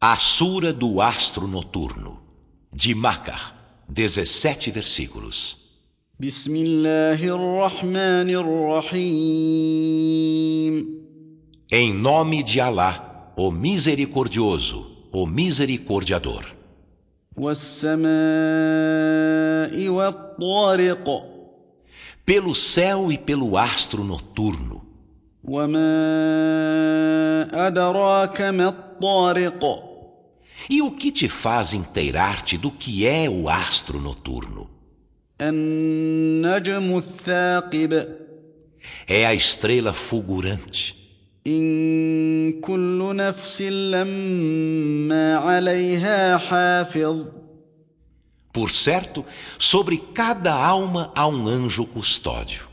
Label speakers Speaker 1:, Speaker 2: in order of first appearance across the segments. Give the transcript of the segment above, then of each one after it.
Speaker 1: A Sura do Astro Noturno, de Macar, 17 versículos.
Speaker 2: بسم الله الرحمن الرحيم
Speaker 1: Em nome de Alá, o Misericordioso, o Misericordiador.
Speaker 2: والسماء والطارق
Speaker 1: Pelo céu e pelo astro noturno.
Speaker 2: وما أدراك ما الطارق
Speaker 1: E o que te faz inteirar-te do que é o astro noturno?
Speaker 2: النجم الثاقب
Speaker 1: É a estrela fulgurante.
Speaker 2: إن كل نفس لما عليها حافظ
Speaker 1: Por certo, sobre cada alma há um anjo custódio.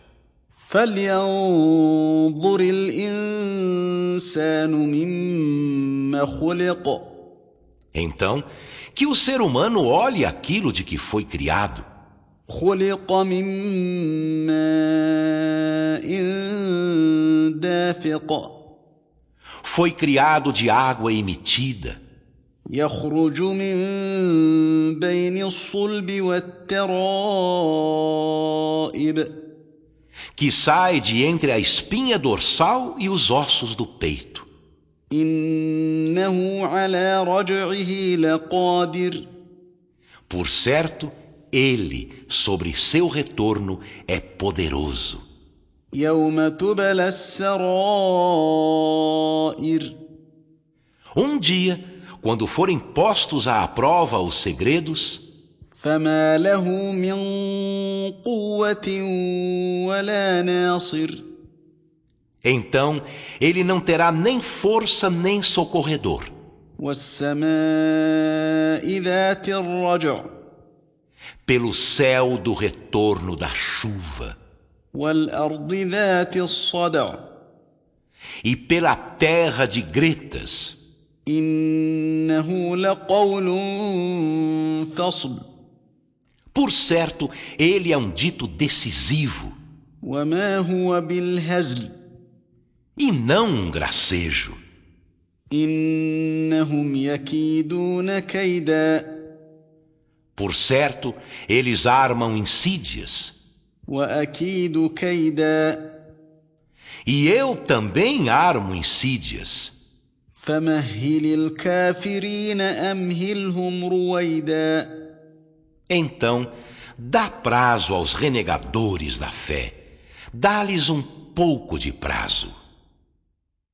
Speaker 2: فلينظر الإنسان مما خلق
Speaker 1: Então, que o ser humano olhe aquilo de que foi criado.
Speaker 2: خلق من ماء دافق
Speaker 1: Foi criado de água emitida,
Speaker 2: يخرج من بين الصلب والترائب
Speaker 1: que sai de entre a espinha dorsal e os ossos do peito.
Speaker 2: إنه على رجعه لقادر
Speaker 1: Por certo, ele, sobre seu retorno, é poderoso.
Speaker 2: يوم تبلى السرائر
Speaker 1: Um dia, quando forem postos à prova os segredos,
Speaker 2: فما له من قوة ولا ناصر
Speaker 1: então ele não terá nem força nem socorredor.
Speaker 2: والسماء ذات الرجع
Speaker 1: Pelo céu do retorno da chuva,
Speaker 2: والأرض ذات الصدع
Speaker 1: e pela terra de gretas,
Speaker 2: إنه لقول فصل
Speaker 1: por certo, ele é um dito decisivo
Speaker 2: وما هو بالهزل
Speaker 1: e não um gracejo.
Speaker 2: إنهم يكيدون كيدا
Speaker 1: Por certo, eles armam insídias,
Speaker 2: وأكيد كيدا
Speaker 1: e eu também armo insídias.
Speaker 2: فمهل الكافرين أمهلهم رويدا
Speaker 1: Então, dá prazo aos renegadores da fé, dá-lhes um pouco de prazo.